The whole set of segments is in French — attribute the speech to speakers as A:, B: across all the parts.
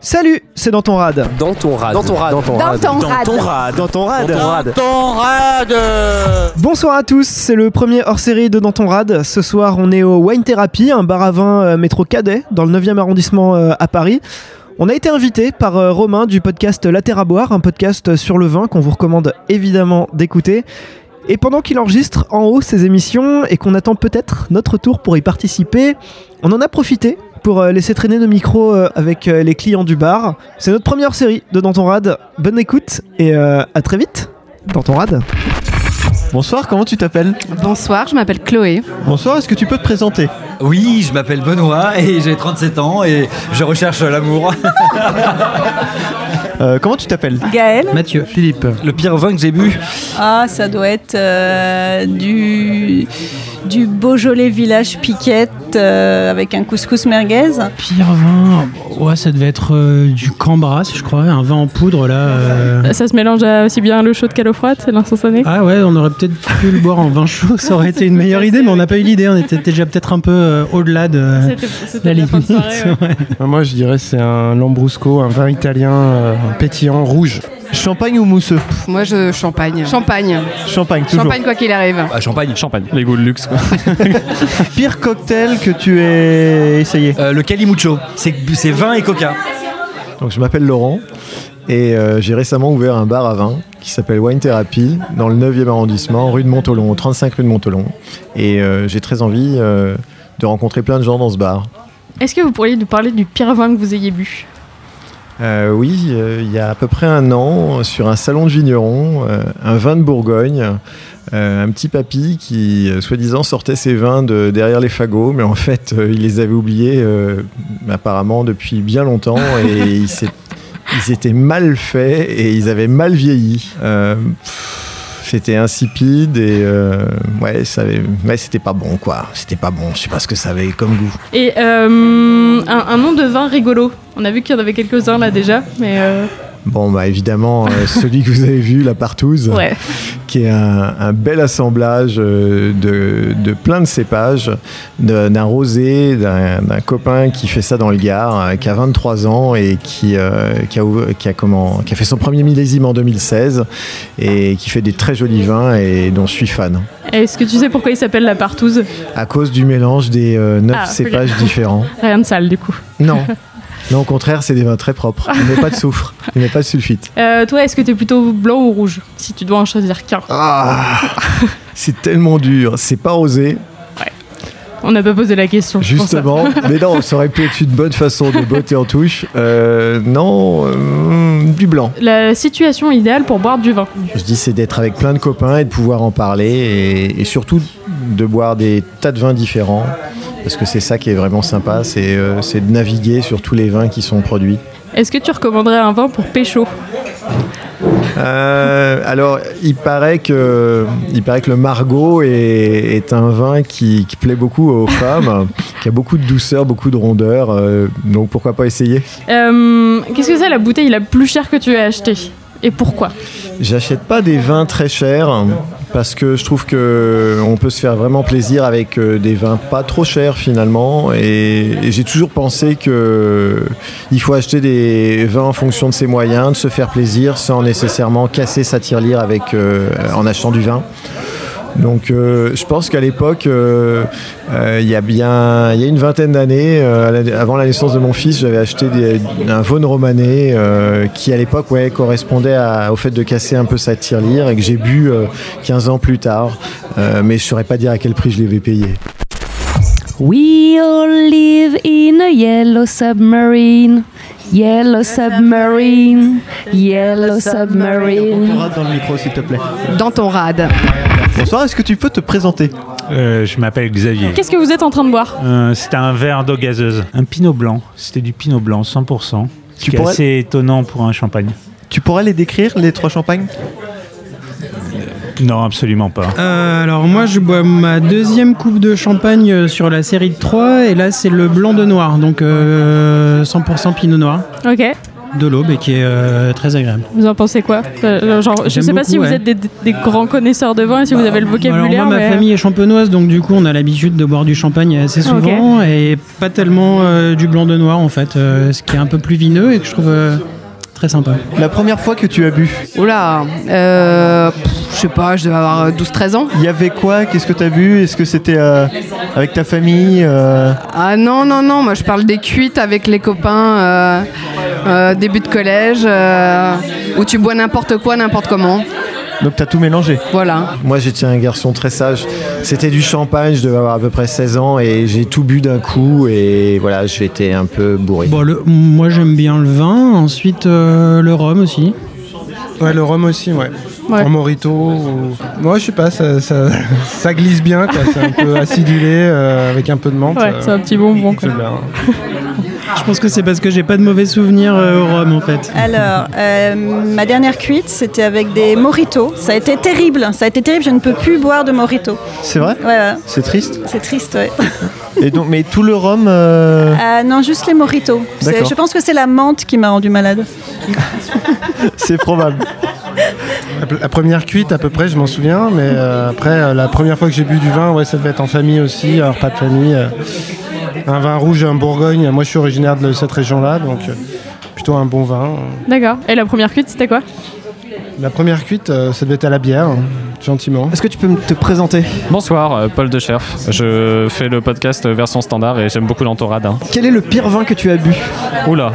A: Salut, c'est dans ton rad.
B: Dans ton rad.
C: Dans ton rad.
B: Dans ton
D: Dans
B: rad.
D: ton rad.
C: rad.
A: Dans ton rad.
C: Dans ton rad.
E: Ton rad
A: Bonsoir à tous, c'est le premier hors-série de Dans ton rad. Ce soir, on est au Wine Therapy, un bar à vin euh, métro Cadet, dans le 9e arrondissement euh, à Paris. On a été invité par euh, Romain du podcast La Terre à boire, un podcast euh, sur le vin qu'on vous recommande évidemment d'écouter. Et pendant qu'il enregistre en haut ses émissions et qu'on attend peut-être notre tour pour y participer, on en a profité pour euh, laisser traîner nos micros euh, avec euh, les clients du bar. C'est notre première série de Dans ton rad. Bonne écoute et euh, à très vite dans ton rad.
F: Bonsoir, comment tu t'appelles
G: Bonsoir, je m'appelle Chloé.
F: Bonsoir, est-ce que tu peux te présenter
E: Oui, je m'appelle Benoît et j'ai 37 ans et je recherche l'amour.
F: Euh, Comment tu t'appelles
H: Gaël
E: Mathieu. Philippe. Le pire vin que j'ai bu.
H: Ah, ça doit être euh, du, du Beaujolais Village Piquette euh, avec un couscous merguez.
I: Pire vin, ouais, ça devait être euh, du Cambras, je crois, un vin en poudre là. euh.
J: Ça se mélange à aussi bien l'eau chaude qu'à l'eau froide, c'est l'instantané.
I: Ah ouais, on aurait peut-être pu le boire en vin chaud, ça aurait été une meilleure idée, mais on n'a pas eu l'idée, on était déjà peut-être un peu euh, au-delà de euh,
J: C'était- c'était
I: la
J: la fin de
I: limite.
J: soirée, ouais.
I: ouais.
K: Moi, je dirais c'est un Lambrusco, un vin italien euh, pétillant rouge.
F: Champagne ou mousseux
G: Pff, Moi, je champagne. Champagne.
F: Champagne, toujours.
G: Champagne, quoi qu'il arrive.
C: Ah, champagne.
B: Champagne. Les goûts de luxe, quoi.
F: Pire cocktail que tu aies essayé
C: Euh, le Calimucho. C'est c'est vin et coca.
L: Donc je m'appelle Laurent et euh, j'ai récemment ouvert un bar à vin qui s'appelle Wine Therapy dans le 9e arrondissement, rue de Montolon, au 35 rue de Montolon. Et euh, j'ai très envie euh, de rencontrer plein de gens dans ce bar.
J: Est-ce que vous pourriez nous parler du pire vin que vous ayez bu
L: Euh, oui, euh, il y a à peu près un an, sur un salon de vigneron, euh, un vin de Bourgogne, euh, un petit papy qui, euh, soi-disant, sortait ses vins de derrière les fagots, mais en fait, euh, il les avait oubliés euh, apparemment depuis bien longtemps et il s'est- ils étaient mal faits et ils avaient mal vieilli. Euh, pff, c'était insipide et euh, ouais, ça avait- ouais, c'était pas bon quoi. C'était pas bon, je sais pas ce que ça avait comme goût.
J: Et euh, un, un nom de vin rigolo. On a vu qu'il y en avait quelques-uns là déjà, mais euh,
L: Bon, bah évidemment, euh, celui que vous avez vu, la partouze.
J: ouais.
L: qui est un, un bel assemblage euh, de, de plein de cépages, de- d'un rosé, d'un d'un copain qui fait ça dans le Gard, euh, qui a 23 ans et qui, euh, qui, a, ouv- qui, a, comment, qui a fait son premier millésime en 2016 et qui fait des très jolis vins et dont je suis fan.
J: Est-ce que tu sais pourquoi il s'appelle la partouze
L: À cause du mélange des 9
J: Ah,
L: cépages différents.
J: Rien de sale du coup.
L: Non. Non, au contraire, c'est des vins très propres. Il n'y a pas de soufre, il n'y a pas de sulfite.
J: Euh, toi, est-ce que t'es plutôt blanc ou rouge Si tu dois en choisir qu'un.
L: Ah, c'est tellement dur, c'est pas osé,
J: On n'a pas posé la question. je pense.
L: justement. Mais non, ça aurait pu être une bonne façon de botter en touche. Euh, non, euh, du blanc.
J: La situation idéale pour boire du vin.
L: Je dis, c'est d'être avec plein de copains et de pouvoir en parler et, et surtout de boire des tas de vins différents. Parce que c'est ça qui est vraiment sympa, c'est euh, c'est de naviguer sur tous les vins qui sont produits.
J: Est-ce que tu recommanderais un vin pour pécho
L: Euh, alors, il paraît que, il paraît que le Margot est, est un vin qui, qui plaît beaucoup aux femmes, qui a beaucoup de douceur, beaucoup de rondeur. euh, donc, pourquoi pas essayer
J: Euh, Qu'est-ce que c'est la bouteille la plus chère que tu as achetée Et pourquoi
L: J'achète pas des vins très chers parce que je trouve que on peut se faire vraiment plaisir avec euh, des vins pas trop chers finalement. Et, et j'ai toujours pensé que il faut acheter des vins en fonction de ses moyens, de se faire plaisir sans nécessairement casser sa tirelire avec euh, en achetant du vin. Donc euh, je pense qu'à l'époque, euh, euh, il y a bien il y a une vingtaine d'années, euh, à la- avant la naissance de mon fils, j'avais acheté des- un Vaune Romanée euh, qui à l'époque ouais, correspondait à- au fait de casser un peu sa tirelire et que j'ai bu euh, 15 ans plus tard. Euh, mais je saurais pas dire à quel prix je l'avais payé.
D: We all live in a yellow submarine. Yellow submarine. Yellow submarine.
F: On rate dans le micro, s'il te plaît.
G: Mmh. Dans ton rad.
F: Bonsoir, est-ce que tu peux te présenter
M: Euh, je m'appelle Xavier.
J: Qu'est-ce que vous êtes en train de boire
M: Euh, c'était un verre d'eau gazeuse. Un pinot blanc. C'était du pinot blanc, 100%. Ce
F: Tu
M: qui est
F: pourrais-
M: assez étonnant pour un champagne.
F: Tu pourrais les décrire, les trois champagnes
M: Non, absolument pas.
I: Euh, alors moi je bois ma deuxième coupe de champagne euh, sur la série de 3 et là c'est le blanc de noir, donc euh, 100% pinot noir.
J: Ok.
A: de l'aube et qui est euh, très agréable.
J: Vous en pensez quoi Euh, genre, Je
A: J'aime
J: sais pas
A: beaucoup,
J: si vous
A: ouais.
J: êtes des, des- des grands connaisseurs de vin et si vous avez le
A: Alors
J: vocabulaire.
A: moi, ma
J: mais- euh,
A: famille est champenoise, donc du coup, on a l'habitude de boire du champagne assez souvent et pas tellement euh, du blanc de noir en fait, euh, ce qui est un peu plus vineux et que je trouve euh, très sympa.
N: La première fois que tu as bu
G: Oula, euh, pff, je sais pas, je devais avoir 12-13 ans.
N: Il y avait quoi Qu'est-ce que t'as bu Est-ce que c'était euh, avec ta famille euh,
G: Ah non, non, non, moi je parle des cuites avec les copains, euh, euh, début de collège, euh, où tu bois n'importe quoi, n'importe comment.
N: Donc t'as tout mélangé
G: Voilà.
O: Moi j'étais un garçon très sage. C'était du champagne, je devais avoir à peu près 16 ans et j'ai tout bu d'un coup et voilà, j'étais un peu bourré.
A: Bon, le- moi, j'aime bien le vin, ensuite euh, le rhum aussi.
L: Ouais, le rhum aussi, ouais.
J: Ouais.
L: En morito. ou- Moi, je sais pas, ça, ça, ça glisse bien, quoi. C'est un peu acidulé euh, avec un peu de menthe.
J: Ouais,
L: euh,
J: c'est un petit bonbon. quoi.
L: c'est bien.
A: Je pense que c'est parce que j'ai pas de mauvais souvenirs euh, au rhum en fait.
H: Alors, euh, ma dernière cuite, c'était avec des mojitos. Ça a été terrible. Ça a été terrible. Je ne peux plus boire de mojito.
N: C'est vrai
H: Ouais, ouais.
N: C'est triste.
H: C'est triste, ouais.
N: Et donc, mais tout le rhum. euh,
H: Euh, non, juste les mojitos. C'est-
N: D'accord.
H: Je pense que c'est la menthe qui m'a rendu malade.
N: C'est probable.
L: La- La première cuite, à peu près, je m'en souviens, mais euh, après, euh, la première fois que j'ai bu du vin, ouais, ça devait être en famille aussi, alors pas de famille. euh, un vin rouge en Bourgogne, moi je suis originaire de cette région-là, donc euh, plutôt un bon vin.
J: D'accord. Et la première cuite, c'était quoi
L: La première cuite, euh, ça devait être à la bière, hein, gentiment.
N: Est-ce que tu peux me te présenter
P: Bonsoir, euh, Paul de Cherf. Je fais le podcast version standard et j'aime beaucoup l'entourade. hein.
Q: Quel est le pire vin que tu as bu
P: Oula,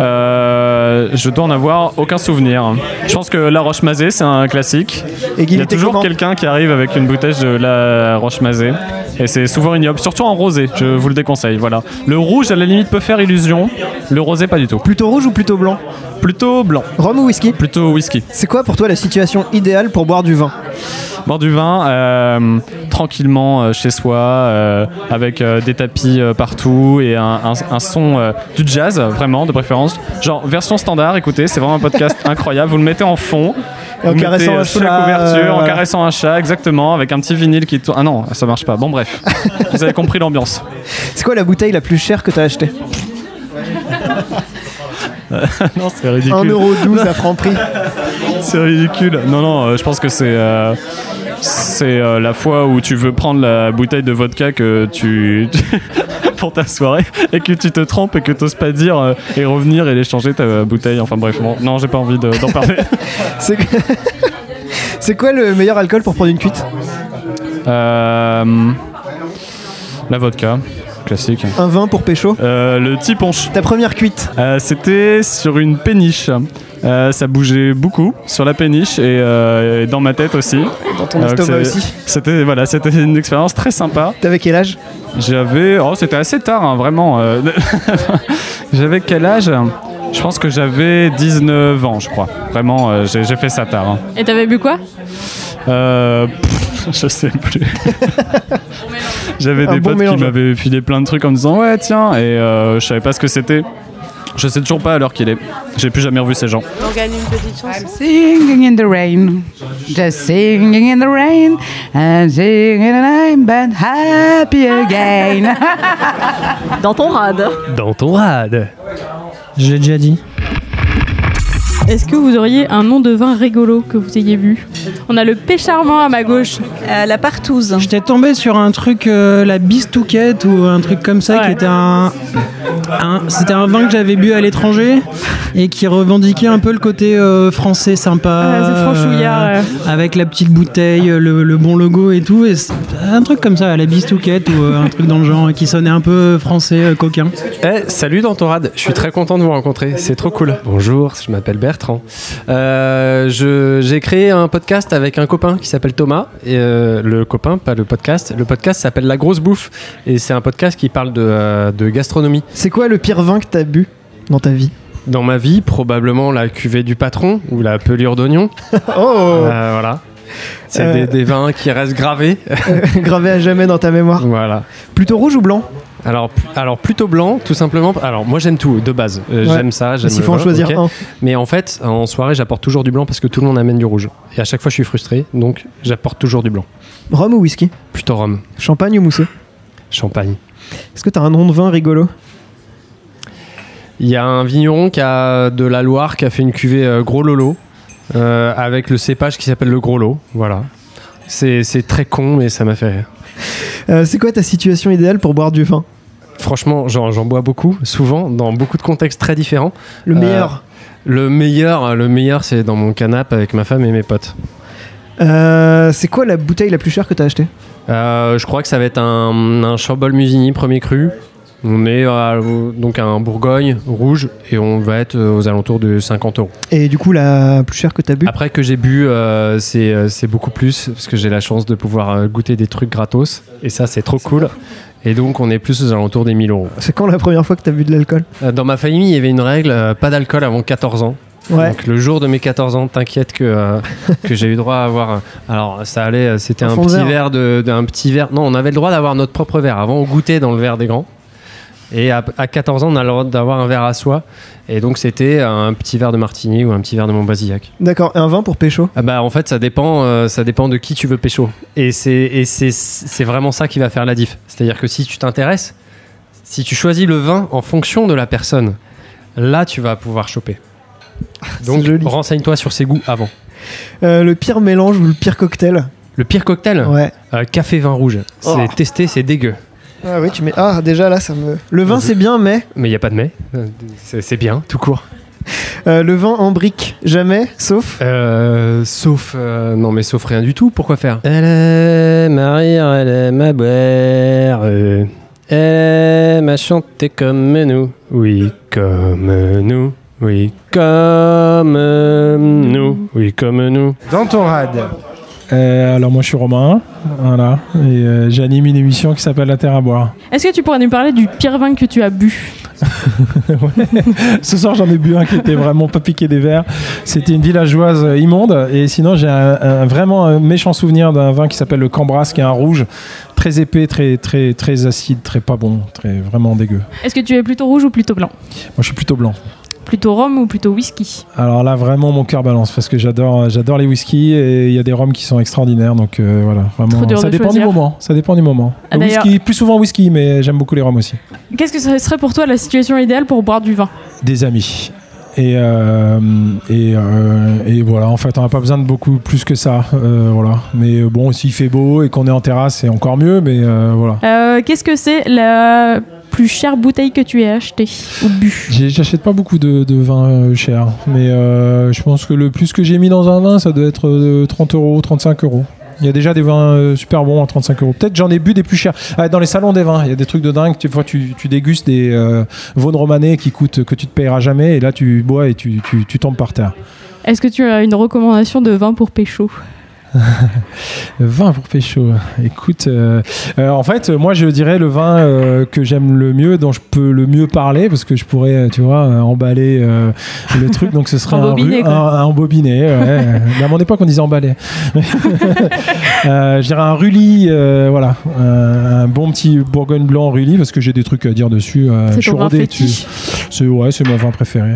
P: Euh, je dois en avoir aucun souvenir. Je pense que La Roche Mazée, c'est un classique.
N: Et
P: Il y a toujours quelqu'un qui arrive avec une bouteille de La Roche Mazée. Et c'est souvent ignoble, surtout en rosé, je vous le déconseille. Voilà. Le rouge, à la limite, peut faire illusion. Le rosé, pas du tout.
Q: Plutôt rouge ou plutôt blanc
P: Plutôt blanc.
Q: Rhum ou whisky
P: Plutôt whisky.
Q: C'est quoi pour toi la situation idéale pour boire du vin
P: Boire du vin euh, tranquillement euh, chez soi, euh, avec euh, des tapis euh, partout et un, un- un son euh, du jazz, euh, vraiment de préférence. Genre version standard, écoutez, c'est vraiment un podcast incroyable. Vous le mettez en fond,
Q: Et en
P: vous le
Q: caressant
P: mettez, euh,
Q: un
P: sous la
Q: chat,
P: couverture,
Q: euh,
P: en
Q: voilà.
P: caressant un chat, exactement, avec un petit vinyle qui tourne. Ah non, ça marche pas. Bon, bref, vous avez compris l'ambiance.
Q: C'est quoi la bouteille la plus chère que t'as achetée
P: Euh, non, c'est ridicule.
N: 1,12€ à franc prix.
P: C'est ridicule. Non, non, euh, je pense que c'est euh, c'est euh, la fois où tu veux prendre la bouteille de vodka que tu pour ta soirée et que tu te trompes et que t'oses pas dire euh, et revenir et l'échanger ta bouteille. Enfin bref, bon, non, j'ai pas envie de- d'en parler.
Q: C'est C'est quoi le meilleur alcool pour prendre une cuite
P: Euh, la vodka, classique.
Q: Un vin pour pécho
P: Euh, le petit punch.
Q: Ta première cuite
P: Euh, C'était sur une péniche. Euh, ça bougeait beaucoup sur la péniche et, euh, et dans ma tête aussi. Dans
Q: ton estomac aussi.
P: C'était voilà, c'était une expérience très sympa.
Q: T'avais quel âge
P: J'avais oh c'était assez tard hein, vraiment. euh, j'avais quel âge Je pense que j'avais 19 ans je crois. Vraiment euh, j'ai j'ai fait ça tard. hein.
J: Et t'avais bu quoi
P: Euh, pff, je sais plus. J'avais
J: Un
P: des
J: bon
P: potes
J: mélange.
P: qui m'avaient filé plein de trucs en me disant ouais tiens et euh, je savais pas ce que c'était. Je sais toujours pas à l'heure qu'il est. J'ai plus jamais revu ces gens.
G: On gagne une petite chanson. I'm singing in the rain, just singing in the rain, I'm singing and I'm but happy again.
H: Dans ton rad.
A: Dans ton rad. J'ai déjà dit.
J: Est-ce que vous auriez un nom de vin rigolo que vous ayez vu On a le pécharment à ma gauche.
H: Euh, la partouze.
A: J'étais tombé sur un truc, euh, la bistouquette ou un truc comme ça, qui était un, un- c'était un vin que j'avais bu à l'étranger et qui revendiquait un peu le côté euh, français sympa,
J: Ah, c'est franchouillard,
A: euh,
J: ouais.
A: avec la petite bouteille, le, le bon logo et tout, et c'est- un truc comme ça, la bistouquette ou euh, un truc dans le genre, qui sonnait un peu français euh, coquin.
R: Eh, salut Dantorade, je suis très content de vous rencontrer, c'est trop cool. Bonjour, je m'appelle Bertrand. Euh, je- J'ai créé un podcast avec un copain qui s'appelle Thomas. Et, euh, le copain, pas le podcast. Le podcast s'appelle La Grosse Bouffe et c'est un podcast qui parle de, euh, de gastronomie.
Q: C'est quoi le pire vin que t'as bu dans ta vie
R: Dans ma vie, probablement la cuvée du patron ou la pelure d'oignon.
Q: Oh
R: Euh, Voilà. C'est
Q: Euh.
R: des, des vins qui restent gravés.
Q: Gravé à jamais dans ta mémoire.
R: Voilà.
Q: Plutôt rouge ou blanc
R: Alors, pl- alors plutôt blanc, tout simplement. Alors moi j'aime tout de base. Euh,
Q: Ouais.
R: J'aime ça. J'aime
Q: Mais s'il
R: le
Q: faut en
R: vin,
Q: choisir
R: ok.
Q: un.
R: Mais en fait, en soirée, j'apporte toujours du blanc parce que tout le monde amène du rouge. Et à chaque fois, je suis frustré, donc j'apporte toujours du blanc.
Q: Rhum ou whisky
R: Plutôt rhum,
Q: Champagne ou mousseux
R: champagne.
Q: Est-ce que t'as un nom de vin rigolo
P: Il y a un vigneron qui a, de la Loire qui a fait une cuvée euh, Gros Lolo euh, avec le cépage qui s'appelle le Gros Lot. Voilà. C'est c'est très con, mais ça m'a fait rire.
A: Euh, c'est quoi ta situation idéale pour boire du vin
P: Franchement, j'en j'en bois beaucoup, souvent, dans beaucoup de contextes très différents.
A: Le meilleur
P: Le meilleur, le meilleur c'est dans mon canapé avec ma femme et mes potes.
A: Euh, C'est quoi la bouteille la plus chère que t'as achetée
P: Euh, je crois que ça va être un, un Chambol Musigny premier cru. On est à- donc à un Bourgogne rouge et on va être euh, aux alentours de 50 euros.
A: Et du coup, la plus chère que t'as bu
P: Après que j'ai bu, euh, c'est euh, c'est beaucoup plus parce que j'ai la chance de pouvoir euh, goûter des trucs gratos et ça c'est trop cool. Et donc on est plus aux alentours des 1000 euros.
A: C'est quand la première fois que t'as bu de l'alcool
P: Euh, Dans ma famille, il y avait une règle euh, pas d'alcool avant 14 ans.
A: Ouais.
P: Donc le jour de mes 14 ans, t'inquiète que, euh, que j'ai eu droit à avoir. un- Alors ça allait, euh, c'était
A: Un
P: un,
A: fond de
P: petit
A: verre.
P: verre de- d'un petit verre. Non, on avait le droit d'avoir notre propre verre. Avant, on goûtait dans le verre des grands. Et à, à 14 ans, on a le droit d'avoir un verre à soi. Et donc c'était un petit verre de martini ou un petit verre de Montbazillac.
A: D'accord, un vin pour pécho
P: Ah bah en fait ça dépend euh, ça dépend de qui tu veux pécho et c'est et c'est c'est vraiment ça qui va faire la diff. C'est-à-dire que si tu t'intéresses, si tu choisis le vin en fonction de la personne, là tu vas pouvoir choper. Donc renseigne-toi sur ses goûts avant.
A: Euh, Le pire mélange ou le pire cocktail
P: Le pire cocktail
A: Ouais.
P: Euh, café vin rouge. C'est
A: Oh.
P: testé, c'est dégueu.
A: Ah oui, tu mets. Ah, déjà là, ça me. Le vin, c'est bien, mais.
P: Mais il y a pas de mais. Euh, C'est c'est bien, tout court.
A: Euh, le vin en brique, jamais, sauf.
P: Euh, sauf. euh, non, mais sauf rien du tout, pourquoi faire Elle aime à rire, elle aime à boire. euh. Elle aime à chanter comme nous. Oui, comme nous. Oui, comme nous. Oui, comme nous.
L: Dans ton rad. alors moi je suis Romain, voilà, et euh, j'anime une émission qui s'appelle La Terre à boire.
J: Est-ce que tu pourrais nous parler du pire vin que tu as bu
L: Ce soir j'en ai bu un qui était vraiment pas piqué des verres. C'était une villageoise euh, immonde. Et sinon j'ai un, un- vraiment un méchant souvenir d'un vin qui s'appelle le Cambras, qui est un rouge très épais, très très très acide, très pas bon, très vraiment dégueu.
J: Est-ce que tu es plutôt rouge ou plutôt blanc
L: Moi je suis plutôt blanc.
J: Plutôt rhum ou plutôt whisky
L: Alors là, vraiment, mon cœur balance parce que j'adore, euh, j'adore les whiskies et il y a des rhums qui sont extraordinaires. Donc euh, voilà,
J: Trop
L: vraiment,
J: dur
L: ça
J: de
L: dépend
J: choisir.
L: du moment. Ça dépend du moment.
J: Ah,
L: Le
J: d'ailleurs-
L: whisky, plus souvent whisky, mais j'aime beaucoup les rhums aussi.
J: Qu'est-ce que ce serait pour toi la situation idéale pour boire du vin
L: Des amis. Et, euh, et, euh, et voilà, en fait, on n'a pas besoin de beaucoup plus que ça. euh, voilà. Mais euh, bon, s'il fait beau et qu'on est en terrasse, c'est encore mieux. Mais euh, voilà.
J: Euh, Qu'est-ce que c'est la plus chère bouteille que tu aies achetée ou bu
L: J'ai- J'achète pas beaucoup de, de vin euh, cher, mais euh, je pense que le plus que j'ai mis dans un vin, ça doit être euh, 30 euros, 35 euros. Il y a déjà des vins euh, super bons à 35 euros. Peut-être j'en ai bu des plus chers. Ah, dans les salons des vins, il y a des trucs de dingue. Tu, vois, tu, tu dégustes des euh, Vaugnes romanais qui coûtent que tu te payeras jamais, et là tu bois et tu, tu- tu tombes par terre.
J: Est-ce que tu as une recommandation de vin pour pécho
S: Euh,
L: Vin pour pécho. Écoute, euh, euh, en fait, euh, moi, je dirais le vin euh, que j'aime le mieux, dont je peux le mieux parler, parce que je pourrais, euh, tu vois, euh, emballer euh, le truc. Donc, ce serait un
T: Embobiné,
L: ru-
T: quoi.
L: un, un embobiné, ouais. Mais à mon époque, on disait emballer. Euh, je dirais un Rully, euh, voilà, Euh, un, un bon petit Bourgogne blanc Rully, parce que j'ai des trucs à dire dessus. euh,
J: C'est
L: je suis
J: ton vin
L: rodé
J: fétiche.
L: dessus. C'est ouais, c'est mon vin préféré.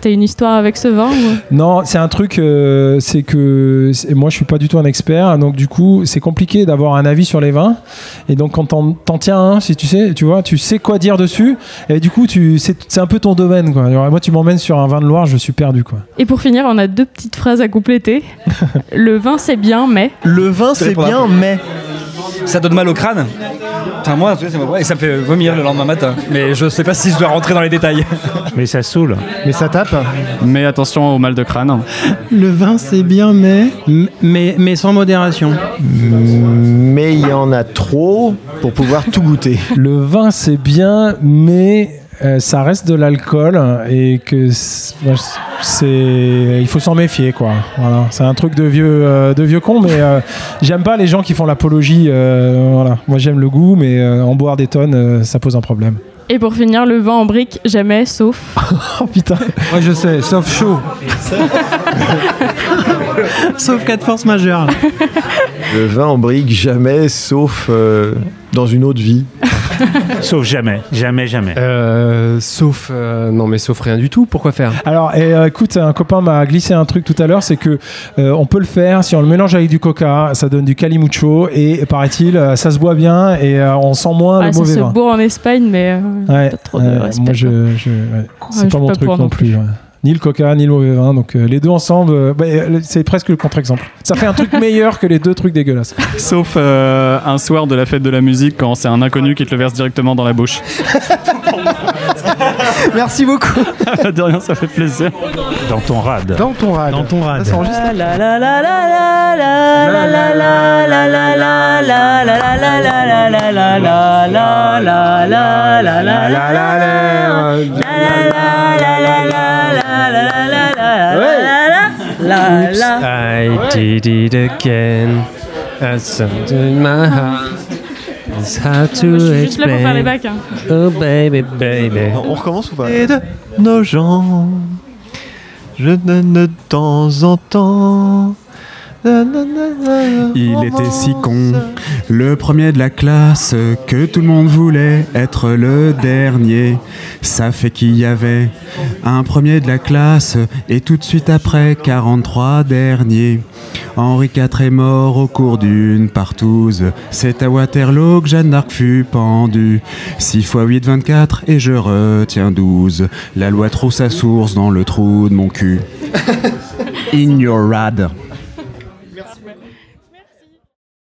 J: T'as une histoire avec ce vin ou-
L: Non, c'est un truc, euh, c'est que c'est- moi je suis pas du tout un expert, donc du coup c'est compliqué d'avoir un avis sur les vins. Et donc quand t'en t'en tiens un, si tu sais, tu vois, tu sais quoi dire dessus, et du coup tu c'est c'est un peu ton domaine quoi. Alors, moi tu m'emmènes sur un vin de Loire, je suis perdu quoi.
J: Et pour finir, on a deux petites phrases à compléter. le vin c'est bien, mais.
A: Le vin
J: c'est
A: bien, mais.
U: Ça donne mal au crâne Enfin, moi, en tout cas, ça me- et ça me fait vomir le lendemain matin. Mais je sais pas si je dois rentrer dans les détails.
V: Mais ça saoule.
W: Mais ça tape.
V: Mais attention au mal de crâne.
X: Le vin, c'est bien, mais... m- mais. Mais sans modération.
Y: Mais il y en a trop pour pouvoir tout goûter.
L: Le vin c'est bien, mais euh, ça reste de l'alcool et que c'est moi, c'est- il faut s'en méfier quoi. Voilà, c'est un truc de vieux euh, de vieux con, mais euh, j'aime pas les gens qui font l'apologie. euh, voilà, moi j'aime le goût, mais euh, en boire des tonnes, euh, ça pose un problème.
J: Et pour finir, le vin en brique, jamais, sauf.
L: oh putain. Moi je sais, sauf chaud.
X: Sauf cas de force majeure.
Y: Le vin en brique, jamais, sauf euh, dans une autre vie.
M: Sauf jamais, jamais, jamais.
P: sauf. euh, non, mais sauf rien du tout. Pourquoi faire
S: Alors, et, euh, écoute, un copain m'a glissé un truc tout à l'heure, c'est que euh, on peut le faire si on le mélange avec du coca, ça donne du calimucho et paraît-il, euh, ça se boit bien et euh, on sent moins
J: Ah,
S: le
J: ça
S: mauvais
J: se
S: vin.
J: bourre en Espagne, mais. euh,
S: Ouais, euh, moi je, je- ouais, c'est
J: je
S: pas
J: peux
S: mon
J: pas
S: truc
J: boire
S: non
J: non
S: plus. ouais. Ni le coca, ni le mauvais vin. Donc euh, les deux ensemble, euh, bah, euh, c'est presque le contre-exemple. Ça fait un truc meilleur que les deux trucs dégueulasses.
B: Sauf euh, un soir de la fête de la musique quand c'est un inconnu qui te le verse directement dans la bouche.
A: Merci beaucoup.
M: Euh,
B: de rien, ça fait plaisir.
M: Dans ton rad.
K: Dans ton rad.
M: Dans ton rad.
H: La la la la la la la la la la la la la la la la la la la la la la la la la la la la
P: I did it again. That's something in my heart. It's hard to
J: Moi, je suis juste là pour faire les
P: explain.
J: bacs. hein.
P: Oh baby, baby.
F: On recommence ou pas nos gens, je donne de temps en temps.
V: Il était si con, le premier de la classe, que tout le monde voulait être le dernier. Ça fait qu'il y avait un premier de la classe, et tout de suite après, 43 derniers. Henri IV est mort au cours d'une partouze. C'est à Waterloo que Jeanne d'Arc fut pendue. 6 x 8, 24, et je retiens 12. La loi trouve sa source dans le trou de mon cul. In your rad.